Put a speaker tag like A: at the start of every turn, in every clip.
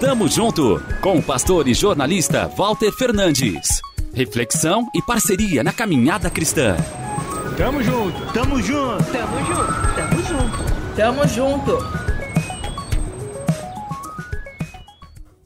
A: Tamo junto com o pastor e jornalista Walter Fernandes. Reflexão e parceria na caminhada cristã.
B: Tamo junto, tamo junto,
C: tamo junto, tamo junto, tamo junto.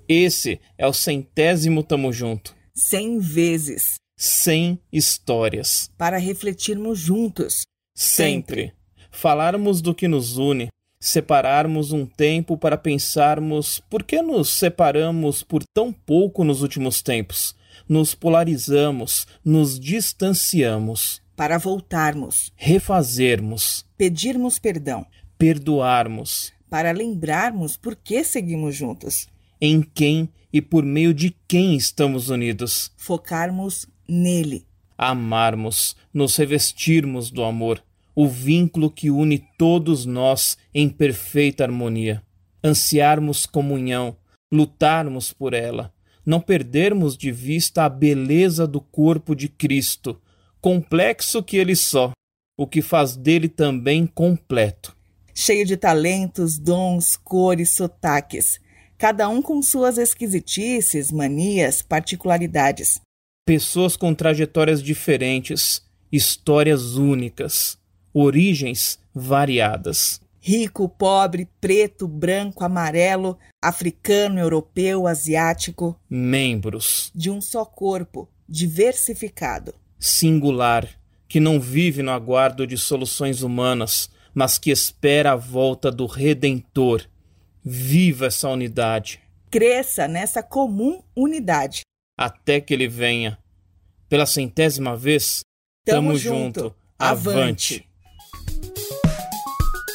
D: Esse é o centésimo Tamo Junto.
C: Cem vezes.
D: Cem histórias.
C: Para refletirmos juntos.
D: Sempre. Sempre. Falarmos do que nos une, separarmos um tempo para pensarmos por que nos separamos por tão pouco nos últimos tempos. Nos polarizamos, nos distanciamos.
C: Para voltarmos,
D: refazermos,
C: pedirmos perdão,
D: perdoarmos,
C: para lembrarmos por que seguimos juntos,
D: em quem e por meio de quem estamos unidos,
C: focarmos nele,
D: amarmos, nos revestirmos do amor o vínculo que une todos nós em perfeita harmonia. Ansiarmos comunhão, lutarmos por ela, não perdermos de vista a beleza do corpo de Cristo, complexo que ele só, o que faz dele também completo.
C: Cheio de talentos, dons, cores, sotaques, cada um com suas esquisitices, manias, particularidades.
D: Pessoas com trajetórias diferentes, histórias únicas origens variadas.
C: Rico, pobre, preto, branco, amarelo, africano, europeu, asiático.
D: Membros.
C: De um só corpo, diversificado.
D: Singular, que não vive no aguardo de soluções humanas, mas que espera a volta do Redentor. Viva essa unidade.
C: Cresça nessa comum unidade.
D: Até que ele venha. Pela centésima vez,
C: tamo, tamo junto. junto. Avante.